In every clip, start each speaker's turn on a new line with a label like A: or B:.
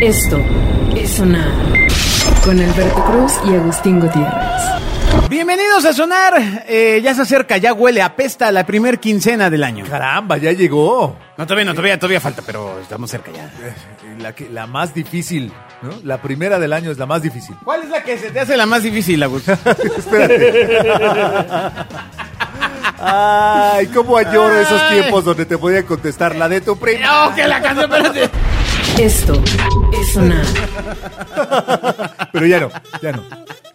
A: Esto es Sonar con Alberto Cruz y Agustín Gutiérrez.
B: Bienvenidos a Sonar. Eh, ya se acerca, ya huele, apesta la primer quincena del año.
C: Caramba, ya llegó. Eh,
B: No, todavía no, todavía, todavía falta, pero estamos cerca ya.
C: La, que- la más difícil, ¿no? La primera del año es la más difícil.
B: ¿Cuál es la que se te hace la más difícil, Agustín?
C: Ay, cómo añoro esos
B: Ay.
C: tiempos donde te podía contestar la de tu prima.
B: ¡No, que la canción, espérate!
A: Esto es Sonar
C: Pero ya no, ya no.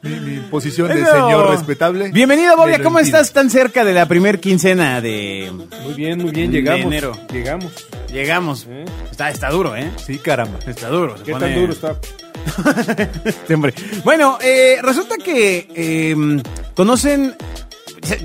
C: Mi, mi posición de
B: Eso.
C: señor respetable.
B: Bienvenido, Bobia.
C: me lo
B: ¿Cómo
C: impide.
B: estás tan cerca de la primer quincena de...
D: Muy bien, muy bien,
B: De
D: llegamos.
B: enero.
D: Llegamos.
B: Llegamos.
D: ¿Eh?
B: Está, está duro, ¿eh?
C: Sí, caramba.
B: Está duro. se
D: ¿Qué
B: pone-
D: tan duro está?
B: Septiembre. Bueno, eh, resulta que eh, conocen.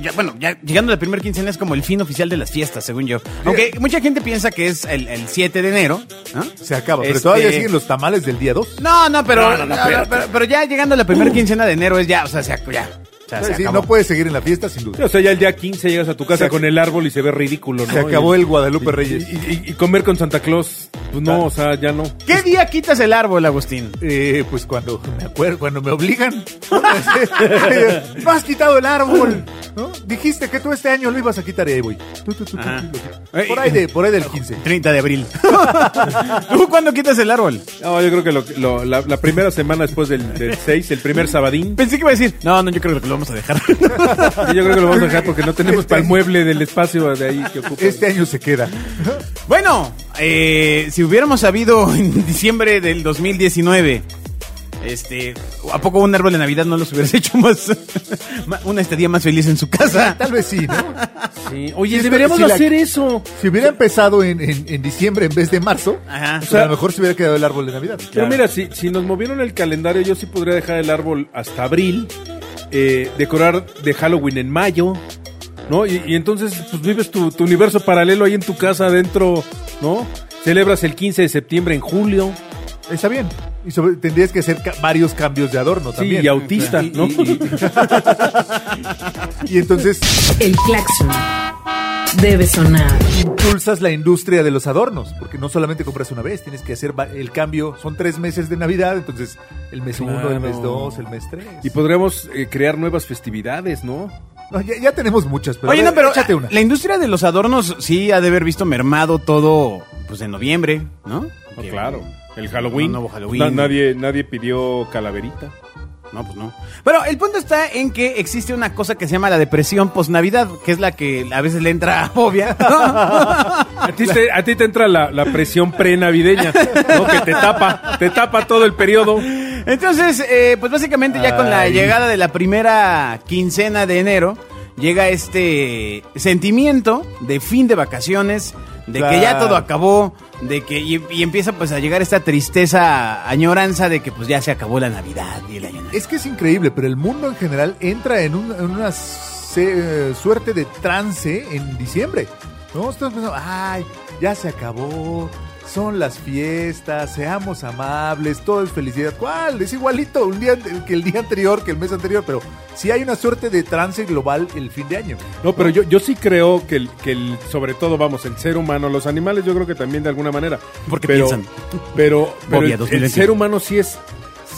B: ya- bueno, ya llegando a la primera quincena es como el fin oficial de las fiestas, según yo. Aunque mucha gente piensa que es el, el 7 de enero. ¿no?
C: Se acaba. Pero
B: Este-
C: todavía siguen los tamales del día 2.
B: No, no, pero,
D: No, no, no,
B: no, pero, pero ya llegando a la primera quincena de enero es ya, o sea, se, ac- ya, o sea, se
C: Sí,
B: acabó.
C: no puedes seguir en la fiesta sin duda.
D: O sea, ya el día 15 llegas a tu casa
C: Se ac-
D: con el árbol y se ve ridículo, ¿no?
C: Se acabó
D: Y-
C: el Guadalupe
D: y-
C: Reyes.
D: Y, y- y comer con Santa Claus. Pues no, o sea, ya no.
B: ¿Qué día quitas el árbol, Agustín?
C: Eh, pues cuando me acuerdo, cuando me obligan. ¿No has quitado el árbol? ¿no? Dijiste que tú este año lo ibas a quitar y ahí voy. Tú, tú, tú, tú,
B: Ajá.
C: tú, lo- Por ahí, de, por ahí del 15.
B: 30 de abril. ¿Tú cuándo quitas el árbol?
D: No, yo creo que lo- lo- la, la primera semana después del, del 6, el primer sabadín,
B: Pensé que iba a decir, no, no, yo creo que lo vamos a dejar.
D: yo creo que lo vamos a dejar porque no tenemos para el mueble del espacio de ahí que ocupa.
C: Este año se queda.
B: Bueno, eh, si hubiéramos sabido en diciembre del 2019, este, ¿a poco un árbol de Navidad no los hubieras hecho más, ma- una estadía más feliz en su casa?
C: Tal vez sí, ¿no?
D: Sí. Oye,
C: Sí,
D: deberíamos
C: sí, Este- la-
D: hacer eso.
C: Si hubiera empezado en, en- en diciembre en vez de marzo,
B: Ajá.
C: pues a lo mejor se hubiera quedado el árbol de Navidad.
D: Pero mira, si, si nos movieron el calendario, yo sí podría dejar el árbol hasta abril, eh, decorar de Halloween en mayo, ¿no? Y, y entonces, pues vives tu, tu universo paralelo ahí en tu casa adentro, ¿no? Celebras el 15 de septiembre en julio,
C: Está bien. Y sobre- tendrías que hacer ca- varios cambios de adorno
D: sí,
C: también.
D: y autista, ¿no?
C: Y entonces
A: El claxon debe sonar.
C: impulsas la industria de los adornos, porque no solamente compras una vez, tienes que hacer va- el cambio. Son tres meses de Navidad, entonces el mes uno, el mes
D: Claro.
C: dos, el mes tres.
D: y
B: pues
D: podríamos eh, crear nuevas festividades, ¿no?
C: No, ya, ya tenemos muchas, pero,
B: Oye, no, pero
C: échate una.
B: la industria de los adornos sí ha de haber visto mermado todo, pues en noviembre, ¿no?
D: No,
B: Que-
D: claro. El Halloween.
B: Un nuevo Halloween.
D: Na- nadie, nadie pidió calaverita.
B: No, pues no. Bueno, el punto está en que existe una cosa que se llama la depresión post-Navidad, que es la que a veces le entra obvia.
D: A ti, te, a ti te entra la, la presión prenavideña, ¿no? Que te tapa, te tapa todo el periodo.
B: Entonces, eh, pues básicamente ya con la
C: Ay.
B: llegada de la primera quincena de enero, llega este sentimiento de fin de vacaciones, de que ya
C: Claro.
B: todo acabó, de que y, y empieza pues a llegar esta tristeza, añoranza de que pues ya se acabó la Navidad y el año nuevo.
C: Es que es increíble, pero el mundo en general entra en, un- en una se- eh, suerte de trance en diciembre. ¿No? Estás pensando, ay, ya se acabó, son las fiestas, seamos amables, todo es felicidad. ¿Cuál? Es igualito un día ante- que el día anterior, que el mes anterior, pero sí hay una suerte de trance global el fin de año.
D: No, pero yo, yo sí creo que, el, que el- sobre todo, vamos, el ser humano, los animales yo creo que también de alguna manera.
B: Porque
D: pero,
B: piensan.
D: Pero, pero
B: Bobia,
D: el- el,
B: 2021.
D: ser humano sí es,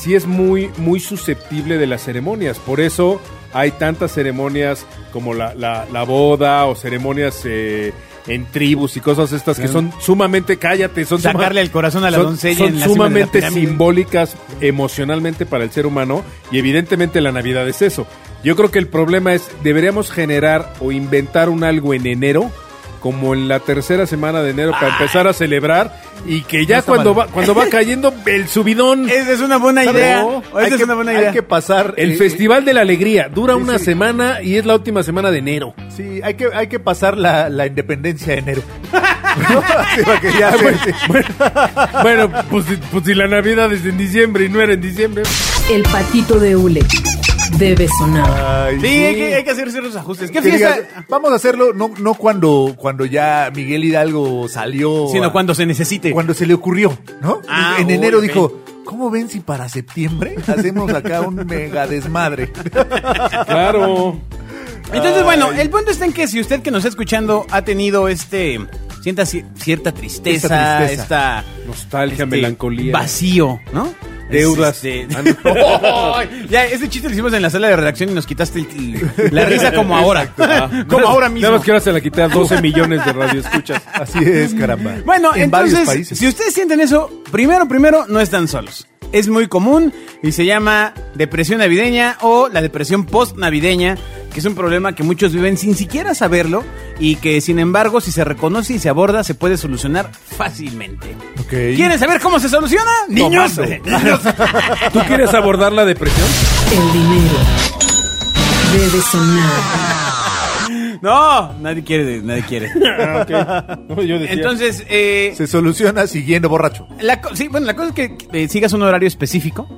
D: sí es muy, muy susceptible de las ceremonias. Por eso hay tantas ceremonias como la, la- la boda o ceremonias eh, en tribus y cosas estas que son sumamente, cállate, son suma-
B: Sacarle el corazón a la
D: son-
B: doncella
D: Son
B: en la cima de la
D: sumamente
B: pirámide.
D: simbólicas emocionalmente para el ser humano y evidentemente la Navidad es eso. Yo creo que el problema es, deberíamos generar o inventar un algo en enero, como en la tercera semana de enero,
B: Ah.
D: para empezar a celebrar y que
C: No
D: ya
C: está
D: cuando
C: mal.
D: va, cuando va cayendo el subidón,
B: Esa es una buena
C: ¿Sabes?
B: idea.
C: No,
B: Esa es
C: hay, que,
B: una buena
C: hay
B: idea.
C: que pasar
D: el
C: eh,
D: Festival de la Alegría, dura
C: sí,
D: una
C: sí.
D: semana y es la última semana de enero.
C: eh, Sí, hay que, hay que pasar la, la independencia de enero. ¿No? Así para que ya se-
D: bueno, pues, si- pues si la Navidad es en diciembre y no era en diciembre.
A: El patito de hule debe sonar.
C: Ay,
B: Sí, hay que, hay que hacer ciertos ajustes. ¿Qué
C: Que
B: fiesta?
C: digas, vamos a hacerlo no, no cuando, cuando ya Miguel Hidalgo salió.
B: Sino
C: a-
B: cuando se necesite.
C: "Oh, cuando se le ocurrió, ¿no?
B: Ah,
C: en
B: uy,
C: enero
B: ok.
C: dijo, ¿cómo ven si para septiembre hacemos acá un mega desmadre?
D: Claro.
B: Entonces, bueno, el punto está en que si usted que nos está escuchando ha tenido este sientas ci- cierta tristeza,
C: Esta tristeza.
B: esta
D: Nostalgia,
B: este,
D: melancolía.
B: vacío, ¿no?
D: Deudas.
B: Es, este- ya, ese chiste lo hicimos en la sala de redacción y nos quitaste el- el- la risa como ahora. como ahora mismo.
D: Nada más que ahora se la quité a 12 millones de radioescuchas.
C: Así es, caramba.
B: Bueno,
C: en varios
B: entonces,
C: países.
B: si ustedes sienten eso, primero, primero, no están solos. Es muy común y se llama depresión navideña o la depresión post-navideña, que es un problema que muchos viven sin siquiera saberlo y que, sin embargo, si se reconoce y se aborda, se puede solucionar fácilmente.
C: Ok.
B: ¿Quieren saber cómo se soluciona? ¡Niños!
C: Tomando.
D: ¿Tú quieres abordar la depresión?
A: El dinero debe sonar.
B: no, nadie quiere, nadie quiere.
C: Ah,
D: yo decía.
B: Entonces, eh,
C: Se soluciona siguiendo borracho.
B: la, co- sí, bueno, la cosa es que eh, sigas un horario específico.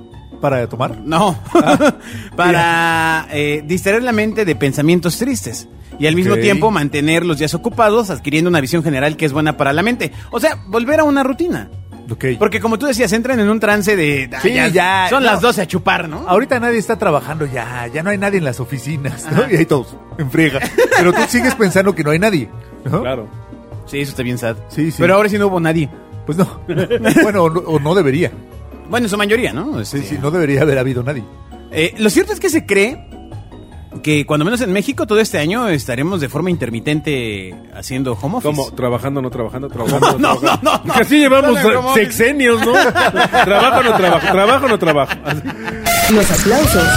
C: ¿Para tomar?
B: No.
C: Ah,
B: Para eh, distraer la mente de pensamientos tristes. Y al mismo
C: Ok.
B: tiempo mantener los días ocupados, adquiriendo una visión general que es buena para la mente. O sea, volver a una rutina.
C: Ok.
B: Porque como tú decías, entran en un trance de... ah,
C: Sí, ya,
B: son
C: no.
B: las 12 a chupar, ¿no?
C: Ahorita nadie está trabajando ya, ya no hay nadie en las oficinas, ¿no? Y ahí todos, en friega. Pero tú sigues pensando que no hay nadie, ¿no?
D: Claro.
B: Sí, eso está bien sad.
C: Sí, sí.
B: Pero ahora sí no hubo nadie.
C: Pues no. Bueno, o no, o no debería.
B: Bueno, en su mayoría, ¿no?
C: Sí,
B: Este,
C: sí, no debería haber habido nadie.
B: Eh, lo cierto es que se cree que cuando menos en México todo este año estaremos de forma intermitente haciendo home office.
D: ¿Cómo? ¿Trabajando no trabajando? ¿Trabajando
B: No, no,
D: trabajando?
B: no, no.
D: Que así llevamos
B: Dale, Ramón.
D: sexenios, ¿no? ¿Trabajo no trabajo? ¿Trabajo no trabajo?
A: Los aplausos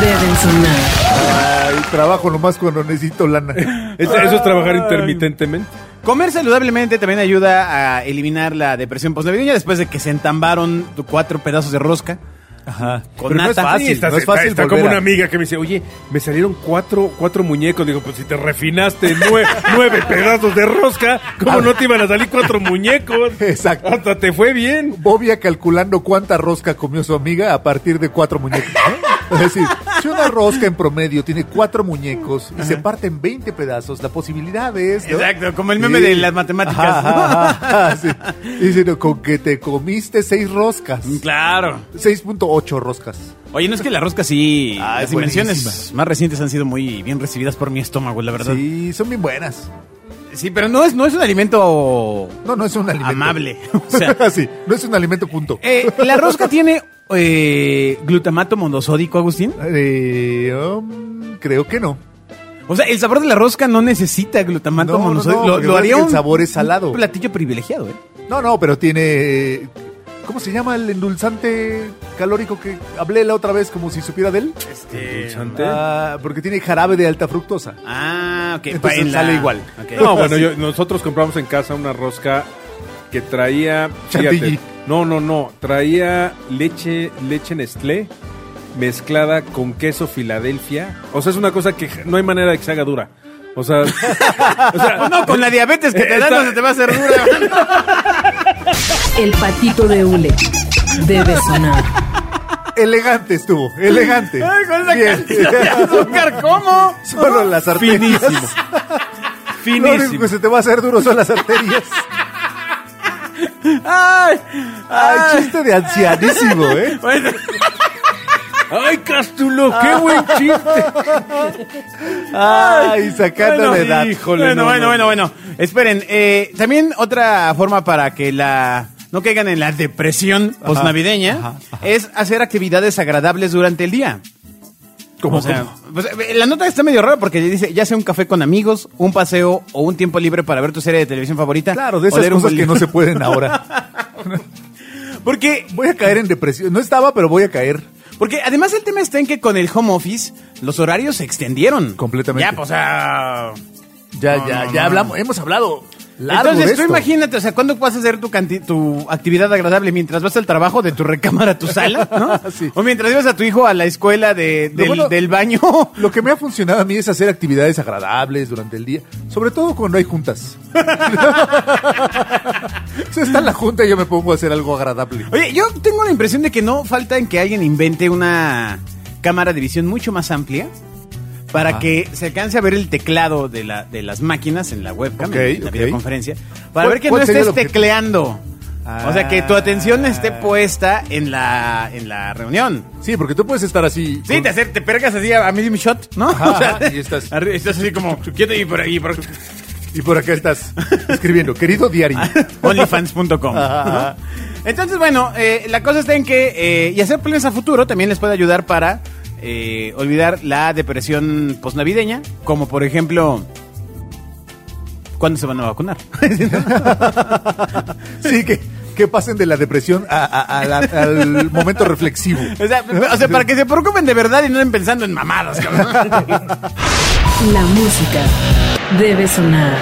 A: deben sonar.
C: Ay, trabajo nomás cuando necesito lana.
D: Es- Eso es trabajar intermitentemente.
B: Comer saludablemente también ayuda a eliminar la depresión postnavideña después de que se entambaron cuatro pedazos de rosca.
C: Ajá.
B: Con
C: Pero no es
B: nata.
C: fácil,
D: Sí, está,
C: no es fácil
D: está- está como
C: volver
D: una
C: a-
D: amiga que me dice, oye, me salieron cuatro, cuatro muñecos. Digo, pues si te refinaste nue- nueve pedazos de rosca, ¿cómo no te iban a salir cuatro muñecos?
C: Ah. Exacto.
D: Hasta te fue bien.
C: Bobia calculando cuánta rosca comió su amiga a partir de cuatro muñecos. ¿no? Es decir, si una rosca en promedio tiene cuatro muñecos y se parte en 20 pedazos, la posibilidad es. ¿no?
B: Exacto, como el meme de las matemáticas.
C: Ajá, ajá, ajá, sí. Y si no, con que te comiste seis roscas.
B: Mm, Claro.
C: 6.8 roscas.
B: Oye, no es que la rosca sí.
C: Ah,
B: las
C: es
B: invenciones
C: buenísima.
B: más recientes han sido muy bien recibidas por mi estómago, la verdad. Sí,
C: Sí, son bien buenas.
B: pero no es, no es un alimento
C: No, no es un alimento.
B: amable. O sea,
C: sí, no es un alimento punto.
B: eh, la rosca tiene eh, glutamato monosódico, Agustín.
C: Eh, um, creo que no.
B: O sea, el sabor de la rosca no necesita glutamato
C: No, no,
B: monosódico.
C: no,
B: Lo-
C: porque
B: lo,
C: ves
B: haría
C: que el
B: un,
C: sabor es salado.
B: un platillo privilegiado, ¿eh?
C: No, no, pero tiene... eh, ¿Cómo se llama el endulzante calórico que hablé la otra vez como si supiera de él?
B: ¿Este?
D: Endulzante.
C: Ah, porque tiene jarabe de alta fructosa.
B: Ah, ok.
C: Entonces
B: en
C: sale igual.
B: ok.
D: No, bueno, yo- nosotros compramos en casa una rosca que traía. fíjate,
C: Chantilly.
D: no, no, no. Traía leche, leche Nestlé mezclada con queso Filadelfia. O sea, es una cosa que no hay manera de que se haga dura. O sea, o sea,
B: Pues no, con la diabetes que te
D: Esta-
B: da no se te va a hacer dura.
A: El patito de hule debe sonar.
C: Elegante estuvo, elegante.
B: Ay, con esa
C: Bien.
B: cantidad de azúcar, ¿cómo?
C: Solo las arterias.
D: Finísimo.
C: Lo único
D: finísimo.
C: que se te va a hacer duro son las arterias.
B: Ay,
C: Ay, chiste de ancianísimo, ¿eh?
B: Bueno,
D: Ay, Castulo,
B: Ah,
D: qué buen chiste.
C: Ay, sacando
B: bueno,
C: la edad.
D: híjole,
B: bueno,
D: no,
B: bueno,
D: no.
B: bueno, bueno. Esperen, eh, también otra forma para que la no caigan en la depresión postnavideña es hacer actividades agradables durante el día.
C: Como
B: O sea, pues, eh, la nota está medio rara porque dice, ya sea un café con amigos, un paseo o un tiempo libre para ver tu serie de televisión favorita.
C: Claro, de
B: o
C: esas
B: leer un
C: cosas
B: buen
C: que no se
B: libro.
C: pueden ahora.
B: Porque
C: Voy a caer en depresión. No estaba, pero voy a caer.
B: Porque además el tema está en que con el home office los horarios se extendieron.
C: Completamente.
B: Ya, pues, o sea...
C: Ya,
B: No,
C: ya,
B: no,
C: ya
B: no.
C: hablamos. Hemos hablado. Largo
B: Entonces,
C: de
B: tú
C: esto.
B: imagínate, o sea, ¿cuándo vas a hacer tu, canti- tu actividad agradable? ¿Mientras vas al trabajo de tu recámara a tu sala? ¿no?
C: Sí.
B: ¿O mientras llevas a tu hijo a la escuela de-
C: Lo
B: del,
C: bueno-
B: del baño?
C: Lo que me ha funcionado a mí es hacer actividades agradables durante el día, sobre todo cuando hay juntas. o sea, está la junta y yo me pongo a hacer algo agradable.
B: Oye, yo tengo la impresión de que no falta en que alguien invente una cámara de visión mucho más amplia para
C: Ajá.
B: que se alcance a ver el teclado de, la, de las máquinas en la webcam,
C: Ok,
B: en la
C: ok.
B: videoconferencia, para
C: ¿Cuál-
B: ver que no
C: cuál sería el
B: estés
C: objetivo?
B: tecleando. O sea, que tu
C: Ah.
B: atención esté puesta en la, en la reunión.
C: Sí, porque tú puedes estar así.
B: Sí,
C: con-
B: te, hacer- te pergas así a, a medium shot, ¿no?
C: Ajá,
B: O sea,
C: y estás-
B: arri- estás así como quieto y por ahí. por-
C: Y por acá estás escribiendo, querido diario.
B: Onlyfans.com.
C: Ajá.
B: Entonces, bueno, eh, la cosa está en que. eh, y hacer planes a futuro también les puede ayudar para eh, olvidar la depresión posnavideña. Como por ejemplo. ¿Cuándo se van a vacunar?
C: Sí, que, que pasen de la depresión a- a- a la- al momento reflexivo.
B: O sea, o sea, para que se preocupen de verdad y no anden pensando en mamadas, cabrón.
A: La música debe sonar.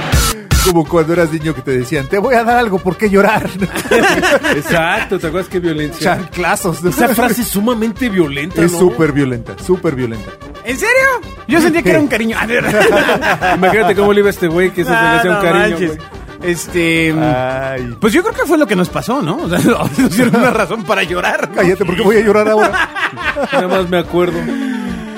C: Como cuando eras niño que te decían, te voy a dar algo, ¿por qué llorar?
D: Exacto, ¿te acuerdas qué violencia?
C: Chanclazos.
D: Esa frase es sumamente violenta,
C: es
D: ¿no?
C: súper violenta, súper violenta.
B: ¿En serio? Yo sentía que era un cariño. Ah, de verdad.
D: Imagínate cómo le iba a este güey que se le hacía
B: Ah,
D: un
B: no
D: cariño,
B: manches.
D: güey. Ah.
B: Este.
C: Ay,
B: Pues yo creo que fue lo que nos pasó, ¿no? O sea, nos dieron una razón para llorar. ¿no?
C: cállate, porque voy a llorar ahora.
D: Nada más me acuerdo.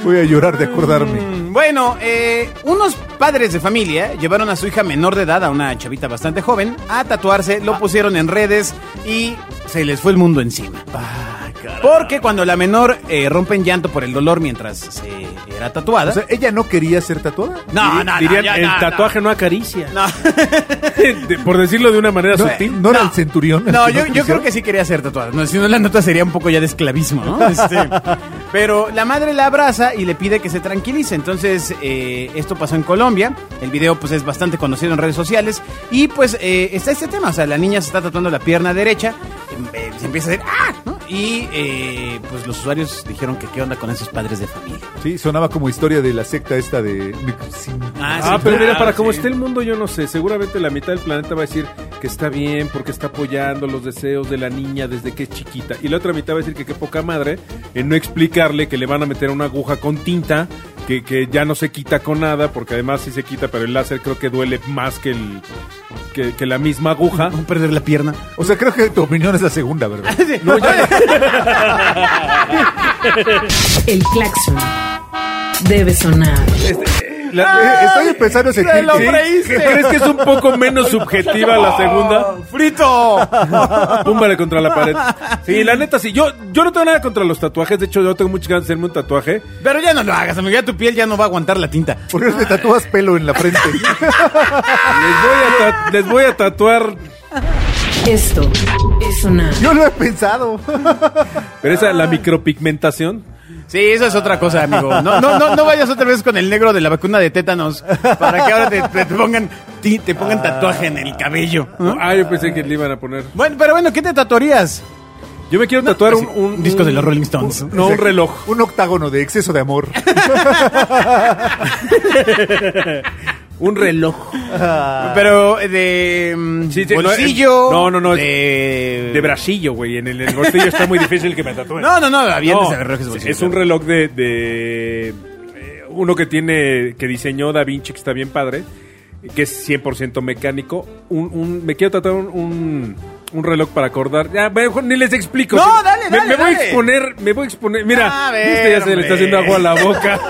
C: Voy a llorar de acordarme.
B: Mm, Bueno, eh, unos padres de familia llevaron a su hija menor de edad, a una chavita bastante joven, a tatuarse,
D: Ah.
B: lo pusieron en redes y se les fue el mundo encima.
D: Ah,
B: Porque cuando la menor eh, rompe en llanto por el dolor mientras se era tatuada.
C: O sea, ella no quería ser tatuada.
B: no, no, no,
D: Dirían,
B: ya,
D: el
B: no, no.
D: tatuaje no, acaricia.
B: No,
D: De- por decirlo de una manera
C: No,
D: sutil.
C: no era
B: No.
C: el centurión.
B: No,
C: el que
B: yo, yo
C: quiso?
B: creo que sí quería ser tatuada. No, si no, la nota sería un poco ya de esclavismo, ¿no? Este, pero la madre la abraza y le pide que se tranquilice. Entonces, eh, esto pasó en Colombia. El video, pues, es bastante conocido en redes sociales. Y, pues, eh, está este tema. O sea, la niña se está tatuando la pierna derecha. eh, se empieza a hacer ¡ah! ¿no? Y, eh, pues, los usuarios dijeron que qué onda con esos padres de familia.
C: Sí, sonaba como historia de la secta esta de... sin-
B: Ah,
D: Ah,
B: sí,
D: pero mira,
B: claro,
D: para como
B: sí.
D: esté el mundo, yo no sé. Seguramente la mitad del planeta va a decir que está bien porque está apoyando los deseos de la niña desde que es chiquita. Y la otra mitad va a decir que qué poca madre en no explicarle que le van a meter una aguja con tinta que, que ya no se quita con nada, porque además sí se quita, pero el láser creo que duele más que, el, que, que la misma aguja.
B: Vamos a perder la pierna.
C: O sea, creo que tu opinión es la segunda, ¿verdad?
D: No, ya-
A: El claxon debe sonar.
D: la-
C: Eh, Estoy empezando a sentir
B: lo
C: que-
B: freíste!
D: ¿Crees que es un poco menos subjetiva la segunda?
B: ¡Frito!
D: Púmbale contra la pared. Sí, la neta, sí. Yo, yo no tengo nada contra los tatuajes. De hecho, yo tengo muchas ganas de hacerme un tatuaje.
B: Pero ya no lo hagas, amigo. Ya tu piel ya no va a aguantar la tinta.
C: ¿Por qué no te tatúas pelo en la frente?
D: Les voy a, ta- les voy a tatuar.
A: Esto es sonar.
C: Yo lo he pensado.
D: Pero esa, la micropigmentación.
B: Sí, eso es otra cosa, amigo. No, no, no, no vayas otra vez con el negro de la vacuna de tétanos para que ahora te, te- te pongan ti- te pongan tatuaje en el cabello. ¿no?
D: Ah, yo pensé que le iban a poner.
B: Bueno, pero bueno, ¿qué te tatuarías?
D: Yo me quiero tatuar un, un-
B: Un disco pues de los Rolling Stones.
D: No, un reloj.
C: Un octágono de exceso de amor.
D: Un reloj.
B: Pero eh, de mm,
D: Sí, sí, no,
B: bolsillo.
D: eh, no, no, no, es-
B: De,
D: De bracillo, güey. En el, en el bolsillo está muy difícil que me tatúen.
B: No, no, no, había antes
D: No,
B: de relojes de bolsillo.
D: es un reloj de, de, eh, uno que tiene que diseñó Da Vinci que está bien padre, que es 100% mecánico. Un, un- me quiero tratar un, un- un reloj para acordar. Ya, mejor ni les explico.
B: No,
D: Me-
B: dale,
D: me,
B: dale,
D: me voy a
B: dale.
D: exponer, me voy a exponer. Mira,
B: A ver,
D: este ya se le
B: hombre.
D: está haciendo agua a la boca.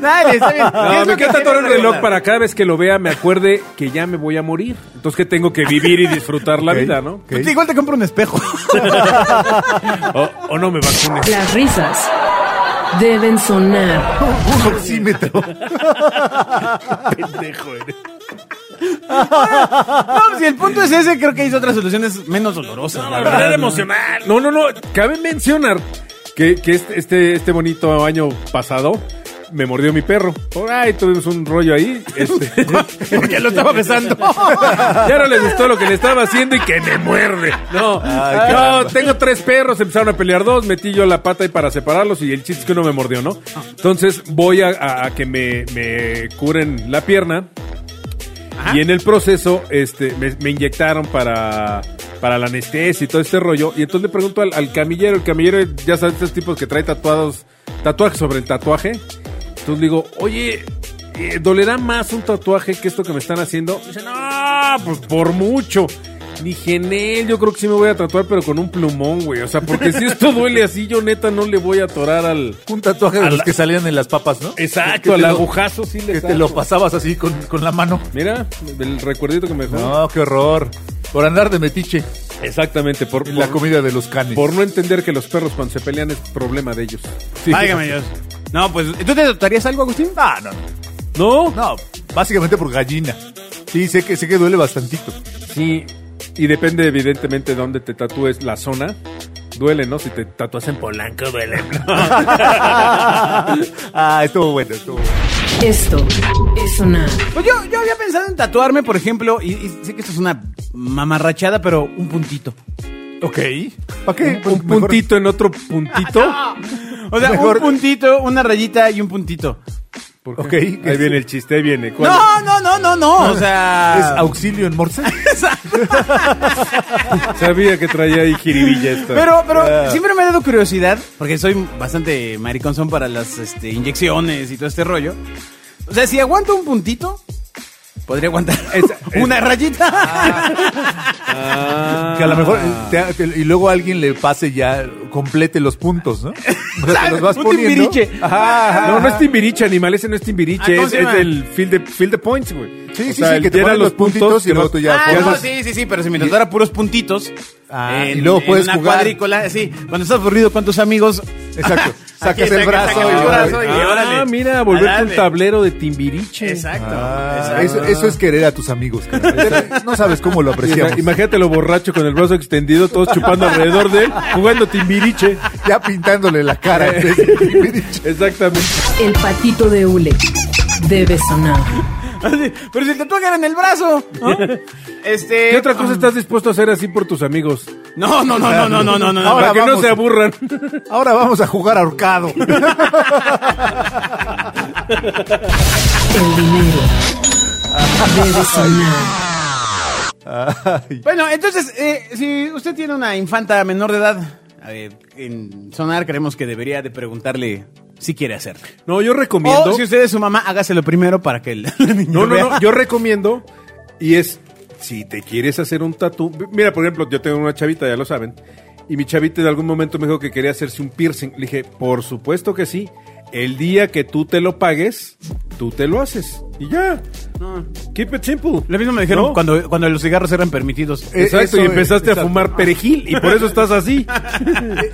B: Dale, está bien. ¿Qué es
D: No,
B: lo
D: me
B: que
D: quiero tatuar un
B: quieres
D: reloj
B: recordar?
D: para cada vez que lo vea me acuerde que ya me voy a morir. Entonces que tengo que vivir y disfrutar la
C: Ok,
D: vida, ¿no?
C: ok.
B: Pues Igual te compro un espejo.
D: O, o no me vacunes.
A: Las risas deben sonar.
C: Un oxímetro.
B: No, si el punto es ese, creo que hay otras soluciones menos dolorosas. la verdad.
D: emocional. No, no, no. Cabe mencionar que, que este, este, este bonito año pasado me mordió mi perro. Por ahí tuvimos un rollo ahí. Este,
B: Porque lo estaba besando.
D: ya no le gustó lo que le estaba haciendo y que me muerde. No,
C: Ay,
D: no,
C: caramba.
D: tengo tres perros, empezaron a pelear dos, metí yo la pata y para separarlos y el chiste es que uno me mordió, ¿no?
B: Ah.
D: Entonces voy a, a- a que me, me curen la pierna. Y en el proceso este, me, me inyectaron para, para la anestesia y todo este rollo. Y entonces le pregunto al, al camillero, el camillero, ya sabes, estos tipos que trae tatuados, tatuajes sobre el tatuaje. Entonces le digo, oye, eh, ¿dolerá más un tatuaje que esto que me están haciendo? Me dice, no, pues por mucho. Dije, Nel, yo creo que sí me voy a tatuar, pero con un plumón, güey. O sea, porque si esto duele así, yo neta no le voy a atorar al...
C: Un tatuaje de
D: A
C: los
D: la-
C: que salían en las papas, ¿no?
D: Exacto,
C: Que te
D: al
C: lo-
D: agujazo sí le
C: Que te
D: saco.
C: lo pasabas así con, con la mano.
D: Mira, el recuerdito que me dejó.
C: No, qué horror. Por andar de metiche
D: Exactamente, por,
C: en la
D: por-
C: comida de los canes.
D: Por no entender que los perros cuando se pelean es problema de ellos.
B: Válgame Dios. No, pues, ¿tú te tatuarías algo, Agustín?
C: Ah, no, no. No,
D: ¿No?
C: Básicamente por gallina. Sí, sé que, sé que duele bastantito.
D: Sí, y depende evidentemente de dónde te tatúes la zona. Duele, ¿no? Si te tatúas en Polanco, duele.
C: ah, estuvo bueno, estuvo bueno.
A: Esto es sonar.
B: Pues yo, yo había pensado en tatuarme, por ejemplo, y, y sé que esto es una mamarrachada, pero un puntito.
C: Ok. ¿Para qué? Pues
D: Un
C: Mejor-
D: puntito en otro puntito.
B: O sea,
C: Mejor-
B: un puntito, una rayita y un puntito.
D: ¿Por
C: Ok. este.
D: qué? Ahí viene el chiste, ahí viene. ¿Cuál?
B: No, no, no, no, no. O sea.
C: ¿Es auxilio en Morse?
D: Sabía que traía ahí jiribilla esta.
B: Pero, pero
C: Ah.
B: siempre me ha dado curiosidad, porque soy bastante mariconzón para las este, inyecciones y todo este rollo. O sea, si aguanto un puntito, podría aguantar una rayita.
D: Ah.
C: Que a lo mejor te- te- y luego alguien le pase ya, complete los puntos, ¿no? O sea, te los vas
B: Un
C: poniendo.
B: timbiriche.
C: Ajá, ajá.
D: No, no es timbiriche, animal, ese no es
B: Ah,
D: timbiriche,
B: ¿cómo
D: es,
B: se llama?
D: es el field de, field de points, güey.
C: Sí,
D: O
C: sí,
D: sea,
C: sí, que te
D: llena
C: ponen los puntitos y
D: que
C: luego
D: vas-
C: tú ya
B: Ah,
C: pones-
B: no,
D: formas-
B: sí, sí, sí, pero si me tratara puros puntitos.
C: Ah, y luego puedes
B: en una
C: jugar.
B: cuadrícula, sí. Cuando estás aburrido con tus amigos. Aquí
C: Exacto. Sacas
B: saca-
C: el brazo
B: sacas
C: y
B: el brazo
C: órale.
B: y órale.
D: Ah, mira, volverte un
B: Dale.
D: tablero de timbiriche.
B: Exacto.
C: Ah,
B: exacto.
C: eso, eso es querer a tus amigos. cara. No sabes cómo lo
D: Sí,
C: apreciamos.
D: Imagínate lo borracho con el brazo extendido, todos chupando alrededor de él, jugando timbiriche.
C: Ya pintándole la cara. este Timbiriche.
D: Exactamente.
A: El patito de hule debe sonar.
B: Así, Ah, Pero si te tocan en el brazo. ¿no? Este.
D: ¿Qué otra cosa estás dispuesto a hacer así por tus amigos?
B: No, no, no, no, no, no, no, no. no.
C: Ahora
D: Para que no
C: vamos.
D: se aburran.
C: Ahora vamos a jugar ahorcado.
A: El dinero debe sonar.
C: Ay.
B: Bueno, entonces, eh, si usted tiene una infanta menor de edad, a ver, en Sonar creemos que debería de preguntarle si quiere hacerlo.
D: No, yo
C: Oh,
D: recomiendo.
B: O si usted es su mamá, hágaselo primero para que el niño
D: No, no,
B: vea.
D: no, yo recomiendo y es si te quieres hacer un tatu, mira, por ejemplo, yo tengo una chavita, ya lo saben, y mi chavita en algún momento me dijo que quería hacerse un piercing. Le dije, "Por supuesto que sí. El día que tú te lo pagues, tú te lo haces." Y ya. Keep it simple.
B: Ah. Lo mismo me dijeron
D: ¿No?
B: cuando, cuando los cigarros eran permitidos.
C: Eh,
D: Exacto,
C: eso,
D: y empezaste
C: eh,
D: a
C: exacto.
D: fumar perejil y por eso estás así.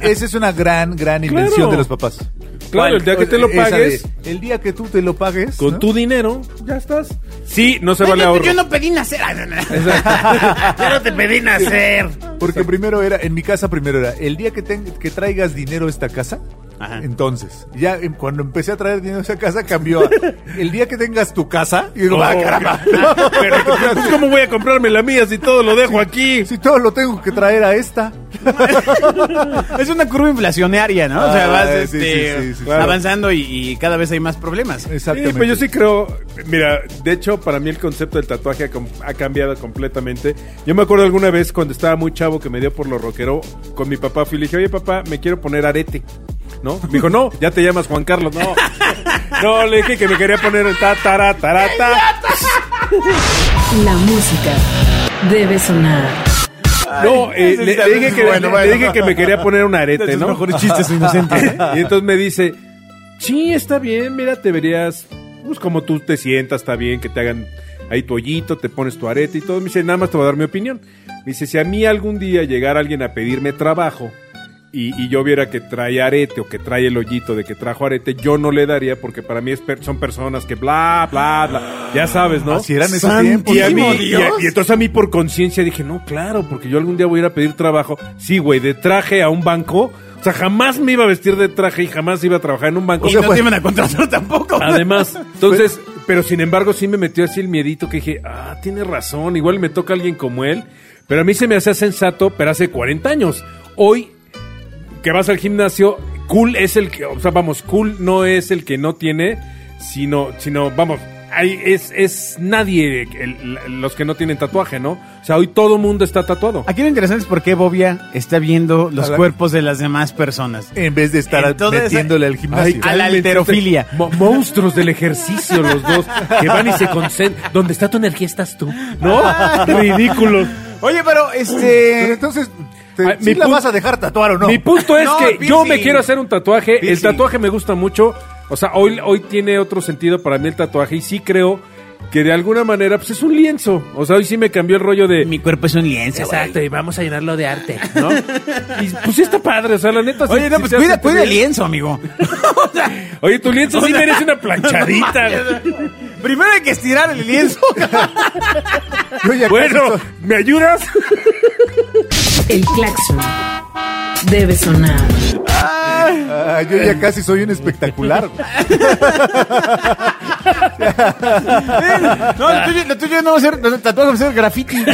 C: E- Esa es una gran, gran invención
D: Claro.
C: de los papás.
D: Claro, el día que te lo
C: Esa de,
D: pagues
C: el día que tú te lo pagues.
D: con
C: ¿no?
D: tu dinero, ya estás. Sí, no se
B: Ay,
D: vale
B: yo-
D: ahorro.
B: yo no pedí nacer. Ay, no, no. Yo no te pedí nacer.
C: Porque primero era, en mi casa primero era, el día que, ten- que traigas dinero a esta casa,
B: Ajá.
C: entonces, ya em, cuando empecé a traer dinero a esa casa, cambió a, el día que tengas tu casa, y digo,
D: Oh,
C: "Ah, caramba".
D: Pero, pues, ¿Cómo voy a comprarme la mía si todo lo dejo aquí?
C: Si todo lo tengo que traer a esta.
B: Es una curva inflacionaria, ¿no? O sea,
C: Ah,
B: vas
C: sí,
B: este,
C: sí, Eh, sí, sí, sí.
B: avanzando y, y cada vez hay más problemas.
C: Exactamente.
D: Sí, pues yo sí creo, mira, de hecho para mí el concepto del tatuaje ha, com- ha cambiado completamente. Yo me acuerdo alguna vez cuando estaba muy chavo que me dio por lo rockero con mi papá, fui y le dije, oye papá, me quiero poner arete, ¿no? Me dijo, no, ya te llamas Juan Carlos, no. No, le dije que me quería poner el ta, tara, tara, ta.
A: La música debe sonar.
D: No, eh,
B: Ay,
D: le,
B: ese
D: le dije
B: es
D: que,
B: bueno,
D: le-
B: bueno.
D: le dije que me quería poner un arete, ¿no?
B: chistes inocentes. ¿eh?
D: Y entonces me dice, sí, está bien, mira, te verías, pues como tú te sientas, está bien, que te hagan ahí tu hoyito, te pones tu arete y todo. Me dice, nada más te voy a dar mi opinión. Me dice, si a mí algún día llegara alguien a pedirme trabajo y, y yo viera que trae arete o que trae el hoyito de que trajo arete, yo no le daría porque para mí es per- son personas que bla, bla, bla. Ya sabes, ¿no?
C: Así eran esos
D: Y, a mí-
C: tiempos.
D: y a- y entonces a mí por conciencia dije, no, claro, porque yo algún día voy a ir a pedir trabajo. Sí, güey, de traje a un banco. O sea, jamás me iba a vestir de traje y jamás iba a trabajar en un banco.
B: Y
C: sea,
B: no
C: pues, fue-
B: te iban a contratar tampoco.
D: Además, entonces, pero sin embargo sí me metió así el miedito que dije, ah, tiene razón, igual me toca alguien como él. Pero a mí se me hacía sensato, pero hace 40 años. Hoy que vas al gimnasio, cool es el que, o sea, vamos, cool no es el que no tiene, sino, sino, vamos, ahí es, es nadie el- los que no tienen tatuaje, ¿no? O sea, hoy todo mundo está tatuado.
B: Aquí lo interesante es por qué Bobia está viendo los
C: A la-
B: cuerpos de las demás personas.
C: En vez de estar
B: Entonces,
C: metiéndole al
D: Ah,
C: gimnasio.
B: ay, a la alterofilia.
D: este Mo- monstruos del ejercicio, los dos, que van y se concentran. Donde está tu energía estás tú, ¿no? Ridículo.
B: Oye, pero
C: Pero
B: este.
C: entonces, ¿te,
D: Ay,
C: sí
D: mi
C: la
D: pun-
C: vas a dejar tatuar o no?
D: Mi punto es
B: No,
D: que yo
B: piercing.
D: me quiero hacer un tatuaje. El
B: Piercing.
D: tatuaje me gusta mucho. O sea, hoy, hoy tiene otro sentido para mí el tatuaje. Y sí creo que de alguna manera, pues es un lienzo. O sea, hoy sí me cambió el rollo de.
B: Mi cuerpo es un lienzo.
E: Exacto, y vamos a llenarlo de arte.
D: ¿no? Y pues sí está padre. O sea, la neta. sí-
B: Oye, no,
D: sí
B: pues
D: se
B: cuida,
D: hace
B: cuida el
D: bien.
B: lienzo, amigo.
D: Oye, tu lienzo sí merece una planchadita.
B: Primero hay que estirar el lienzo.
C: Yo ya
D: Bueno, ¿me ayudas?
A: El claxon debe sonar.
C: Ah, yo ya casi soy un espectacular. güey.
B: no, lo tuyo, lo tuyo no va a ser, lo- tatuaje va a ser graffiti.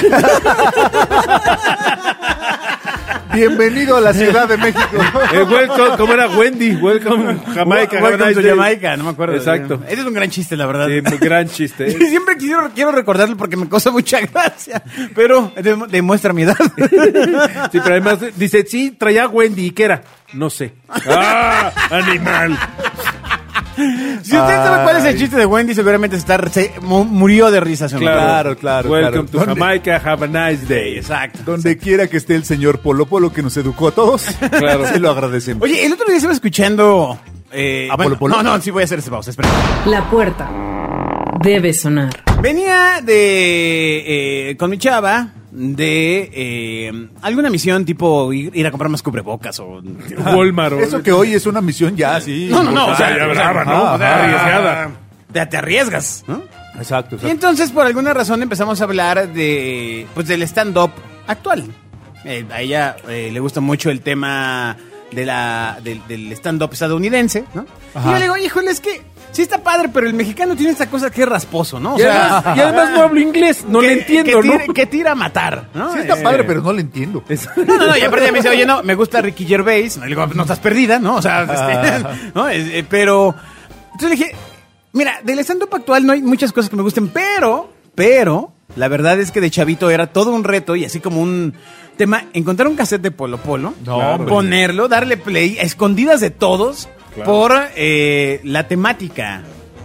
C: Bienvenido a la Ciudad de México.
D: Eh, welcome, ¿cómo era Wendy? Welcome Jamaica. have a
B: Welcome to
D: nice day.
B: Jamaica, no me acuerdo.
D: Exacto.
B: Ese es un gran chiste, la verdad.
D: Sí, muy gran chiste. ¿eh?
B: Sí, Siempre quiero, quiero recordarlo porque me causa mucha gracia, pero dem- demuestra mi edad.
D: Sí, pero además dice, sí, traía a Wendy. ¿Y qué era? No sé. ¡Ah! ¡Animal!
B: Si usted sabe cuál es el chiste de Wendy, seguramente se está- se mu- murió de risa. señor.
C: Claro, claro,
D: Welcome
C: claro.
D: to
C: ¿Dónde?
D: Jamaica. Have a nice day.
B: Exacto.
C: Donde quiera que esté el señor Polo Polo que nos educó a todos,
D: Claro.
C: se lo agradecemos.
B: Oye, el otro día estaba escuchando... eh,
C: ¿A
B: bueno,
C: Polo Polo?
B: No, no, sí voy a hacer ese pausa, espera.
A: La puerta debe sonar.
B: Venía de... eh, con mi chava de eh, alguna misión tipo ir ir a comprar más cubrebocas o...
D: Walmart. o-
C: Eso que hoy es una misión ya, sí.
B: No, no, no,
D: Ah,
B: o sea,
D: ya
B: o sea,
D: brava, ¿no?
B: ah,
D: O sea,
B: ah,
D: arriesgada.
B: Te, te arriesgas, ¿no?
C: Exacto,
B: Y entonces, por alguna razón, empezamos a hablar de, pues, del stand-up actual. Eh, a ella eh, le gusta mucho el tema de la, del, del stand-up estadounidense, ¿no? Y
C: Ajá.
B: yo le digo, híjole, es que sí está padre, pero el mexicano tiene esta cosa que es rasposo, ¿no? O
D: Y además, y además no hablo inglés. No le
B: que-
D: entiendo,
B: que
D: ¿no?
B: tira, que tira a matar, ¿no?
C: Sí está
B: Eh,
C: padre, pero no le entiendo.
B: no, no, no, y aparte me dice, oye, no, me gusta Ricky Gervais. No, le digo, no estás perdida, ¿no? O sea,
D: Ah.
B: este, ¿no? Es, eh, pero. Entonces le dije, mira, del stand-up actual no hay muchas cosas que me gusten, pero, pero, la verdad es que de chavito era todo un reto y así como un tema, encontrar un cassette de Polo Polo,
C: No, hombre.
B: ponerlo, darle play, a escondidas de todos,
D: Claro.
B: por eh, la temática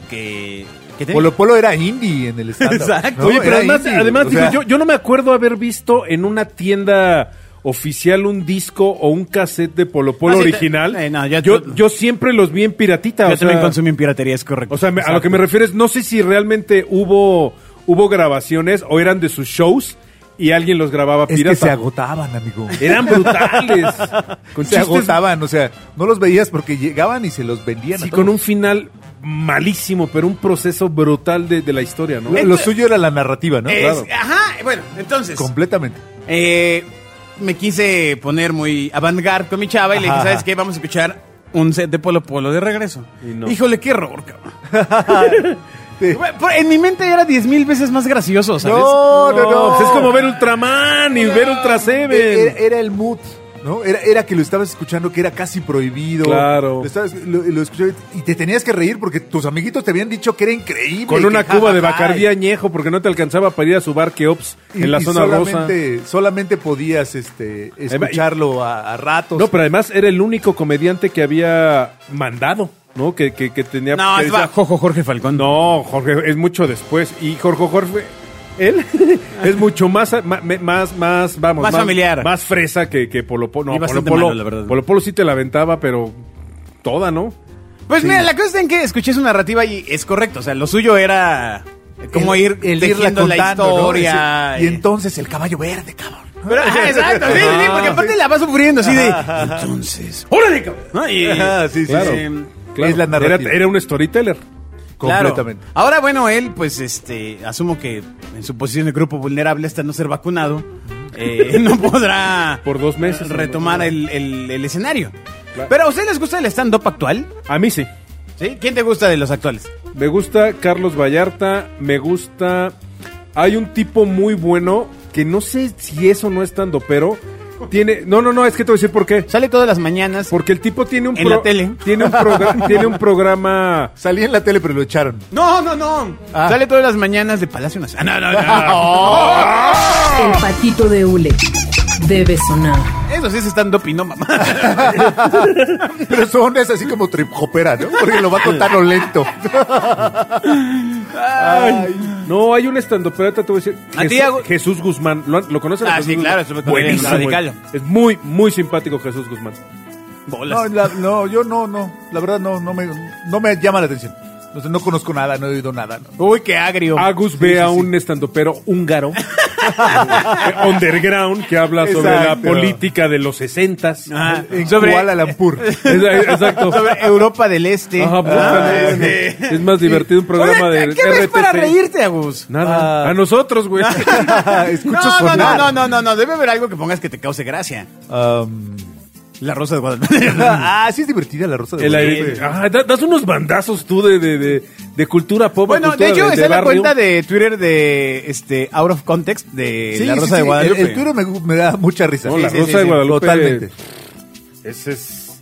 B: que, que tenía.
C: Polo Polo era indie en el stand
B: Exacto.
D: eh. Oye, pero además, además digo,
C: digo
D: yo, yo no me acuerdo haber visto en una tienda oficial un disco o un cassette de Polo Polo
B: Ah, sí, te-
D: original.
B: eh, no, ya-
D: yo, yo siempre los vi en piratita. o
B: Yo también
D: sea,
B: consumí en piratería, es correcto.
D: O sea, me- a lo
B: Exacto.
D: que me refiero es, no sé si realmente hubo, hubo grabaciones o eran de sus shows y alguien los grababa
C: Es que se
D: pirata.
C: agotaban, amigo.
D: eran brutales. Eh, con
C: se
D: chistes-
C: agotaban, o sea, no los veías porque llegaban y se los vendían. a
D: Sí,
C: todos.
D: con un final malísimo, pero un proceso brutal de, de la historia, ¿no?
C: Lo- Lo suyo era la narrativa, ¿no?
B: Es-
D: claro.
B: Ajá, bueno, entonces.
C: Completamente.
B: Eh, me quise poner muy avant-garde con mi chava y le dije,
C: Ajá,
B: ¿sabes
C: ajá.
B: qué? Vamos a escuchar un set de Polo Polo de regreso.
D: Y no.
B: Híjole, qué error, cabrón.
C: Sí.
B: Por- En mi mente era diez mil veces más gracioso, ¿sabes?
C: No, no,
D: No,
C: no. Eh,
D: pues es como ver Ultraman y ver Ultra
C: E-, Era,
D: Seven.
C: era el mood, ¿no? Era, era que lo estabas escuchando que era casi prohibido.
D: Claro.
C: Lo, estabas- lo- lo escuchabas y te tenías que reír porque tus amiguitos te habían dicho que era increíble.
D: Con
C: y
D: una
C: que "Ah, ja,
D: cuba de
C: ja, ja,
D: Bacardí
C: y-
D: añejo porque no te alcanzaba para ir a su bar que Ops
C: y-
D: en la
C: y
D: zona rosa.
C: solamente, Solamente podías este, escucharlo a, a ratos.
D: No, pero además era el único comediante que había mandado, ¿no? Que, que, que tenía...
B: No,
D: que
B: es
D: decía,
B: bajo Jorge Falcón.
D: No, Jorge, es mucho después. Y Jorge Jorge, él es mucho más, ma- me- más, más, vamos,
B: Más familiar.
D: Más fresa que, que Polo
B: Y
D: Polo. No, Polo
B: bastante
D: Polo,
B: malo, la verdad.
D: Polo Polo sí te la aventaba, pero toda, ¿no?
B: Pues mira, la cosa es en que escuché su narrativa y es correcto. O sea, lo suyo era como
C: El-
B: ir
C: el irla
B: tejiendo la
C: contando, ¿no?
B: historia.
C: Ese- Y entonces el caballo verde, cabrón. Ah,
B: Pero, ajá, exacto, sí, sí, sí, porque aparte la va sufriendo así de... Entonces... ¡Órale, cabrón! ¿no? Y-
C: Ajá, sí, sí,
D: Claro.
C: sí.
D: Claro.
C: Es la narrativa.
D: Era, era un storyteller.
B: Claro.
C: Completamente.
B: Ahora, bueno, él, pues, este, asumo que en su posición de grupo vulnerable hasta no ser vacunado, eh, no podrá
D: Por dos meses.
B: retomar el, el- el escenario.
D: Claro.
B: Pero, ¿a ustedes les gusta el stand-up actual?
D: A mí sí.
B: ¿Sí? ¿Quién te gusta de los actuales?
D: Me gusta Carlos Vallarta, me gusta... Hay un tipo muy bueno que no sé si eso no es estando, pero tiene... No, no, no, es que te voy a decir por qué.
B: Sale todas las mañanas.
D: Porque el tipo tiene un...
B: En la tele.
D: Tiene un, progra- tiene un programa...
C: Salí en la tele, pero lo echaron.
B: No, no, no.
C: Ah.
B: Sale todas las mañanas de Palacio Nacional. Ah, no, no, no. Oh.
A: El patito de hule debe sonar.
B: Eso sí es stand-up y no, mamá.
C: Pero son es así como trip hopera, ¿no? Porque lo va contando lento.
D: No, hay un estandoperata, te voy a decir.
B: A
D: Jesús,
B: ti, hago-
D: Jesús Guzmán. ¿Lo, han- lo conocen? a
B: Ah,
D: Jesús
B: sí,
D: Guzmán?
B: claro, es un-
D: Buenísimo,
B: radical.
D: güey. Es muy, muy simpático Jesús Guzmán.
B: Bolas.
C: No, la- no, yo no, no. La verdad no, no me, no me llama la atención. No, sé, no conozco nada, no he oído nada. no.
D: Ah,
B: Uy, qué agrio.
D: Agus ve a un estandopero húngaro eh, underground que habla sobre la
C: Exacto.
D: política de los sesentas.
B: Ajá.
C: En
B: Sobre-
C: Kuala Lumpur.
D: Es- Exacto.
B: Sobre Europa del Este.
D: Ajá, pues,
B: Ah,
D: también,
B: este.
D: bueno, es más divertido un programa
B: Oye,
D: de
B: ¿Qué ves para
D: RTP?
B: reírte, Agus? Ah.
D: Nada. A nosotros, güey.
C: Escucho
B: no, no,
C: sonar.
B: no, no, no, no, no, debe haber algo que pongas que te cause gracia.
C: Am,
B: La Rosa de Guadalupe.
C: ah, sí es divertida la rosa de
D: El
C: Guadalupe.
D: aire- Ah, da- das unos bandazos tú de, de, de, de cultura pop. a
B: Bueno, de
D: cultura
B: hecho, está la
D: barrio.
B: cuenta de Twitter de este Out of Context de
C: Sí,
B: La
C: sí,
B: Rosa
C: sí,
B: de
C: el-
B: Guadalupe.
C: El, Twitter me, me da mucha risa.
D: No,
C: Sí,
D: la
C: sí,
D: Rosa
C: sí,
D: de
C: sí,
D: Guadalupe.
C: Totalmente.
D: Ese es.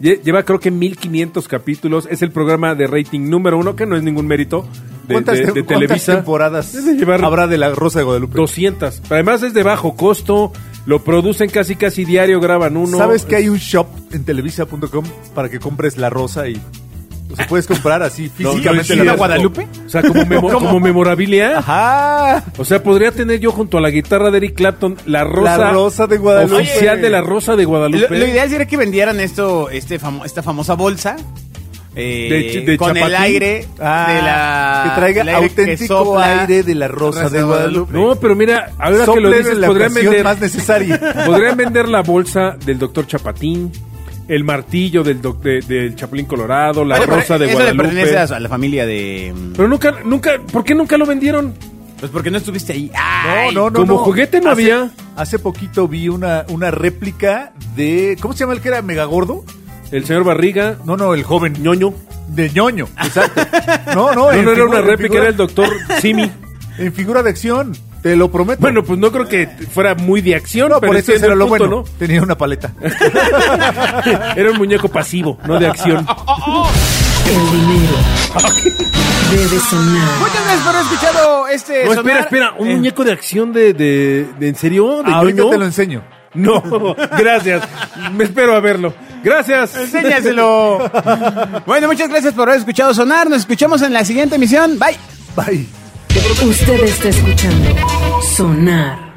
D: Lle- Lleva creo que 1500 capítulos. Es el programa de rating número uno, que no es ningún mérito de,
C: ¿Cuántas,
D: de-
C: tem-
D: de
C: cuántas
D: Televisa.
C: temporadas
D: Debe llevar
C: habrá de la Rosa de Guadalupe?
D: 200. Pero Además es de bajo costo. Lo producen casi casi diario, graban uno.
C: ¿Sabes que hay un shop en televisa.com para que compres la rosa y o sea, puedes comprar así
D: No, no es
C: físicamente
B: la
D: cierto. Ah.
B: Guadalupe?
D: O sea, como, memo- como memorabilia.
B: Ah,
C: Ajá.
D: O sea, podría tener yo junto a la guitarra de Eric Clapton la rosa,
C: La rosa de Guadalupe.
D: oficial de la rosa de Guadalupe.
B: Lo, lo ideal sería que vendieran esto, este famo- esta famosa bolsa. eh,
D: De chi- de
B: con el
D: chapatín.
B: aire
C: Ah,
B: de la
C: que traiga
B: el aire que
C: auténtico
B: sopla
C: aire de la Rosa de Guadalupe.
D: No, pero mira, ahora que lo
C: Soplen en
D: dices,
C: la
D: podrían
C: ocasión
D: vender,
C: más necesaria.
D: podrían vender la bolsa del doctor Chapatín, el martillo del, doc- de- del Chapulín Colorado, la
B: Oye, pero
D: rosa de
B: eso le
D: Guadalupe.
B: pertenece a, a la familia de
D: Pero nunca, nunca, ¿por qué nunca lo vendieron?
B: pues porque no estuviste ahí Ah. ¡Ay!
C: no, no, no.
D: como
C: no.
D: juguete no
C: Hace-
D: había.
C: Hace poquito vi una, una réplica de. ¿Cómo se llama el que era Megagordo?
D: El señor Barriga,
C: No, no, el joven.
D: ñoño.
C: De ñoño, exacto. No, no,
D: No,
C: en
D: no era
C: figura-
D: una
C: en
D: réplica,
C: figura-
D: era el doctor Simi.
C: En figura de acción, te lo prometo.
D: Bueno, pues no creo que fuera muy de acción,
C: no,
D: pero
C: por eso
D: entiendo
C: era
D: el
C: lo
D: punto,
C: bueno. Tenía una paleta.
D: ¿no? Era un muñeco pasivo, no de acción.
A: El dinero debe sonar.
B: Muchas gracias por haber escuchado este
D: No,
B: sonar.
D: espera, espera, un
B: Eh,
D: muñeco de acción de, de, de- ¿en serio? ¿De
C: Ahorita
D: ñoño?
C: te lo enseño.
D: No, gracias. Me espero a verlo. Gracias.
B: Enséñaselo. bueno, muchas gracias por haber escuchado sonar. Nos escuchamos en la siguiente emisión. Bye.
C: Bye.
A: Usted está escuchando Sonar.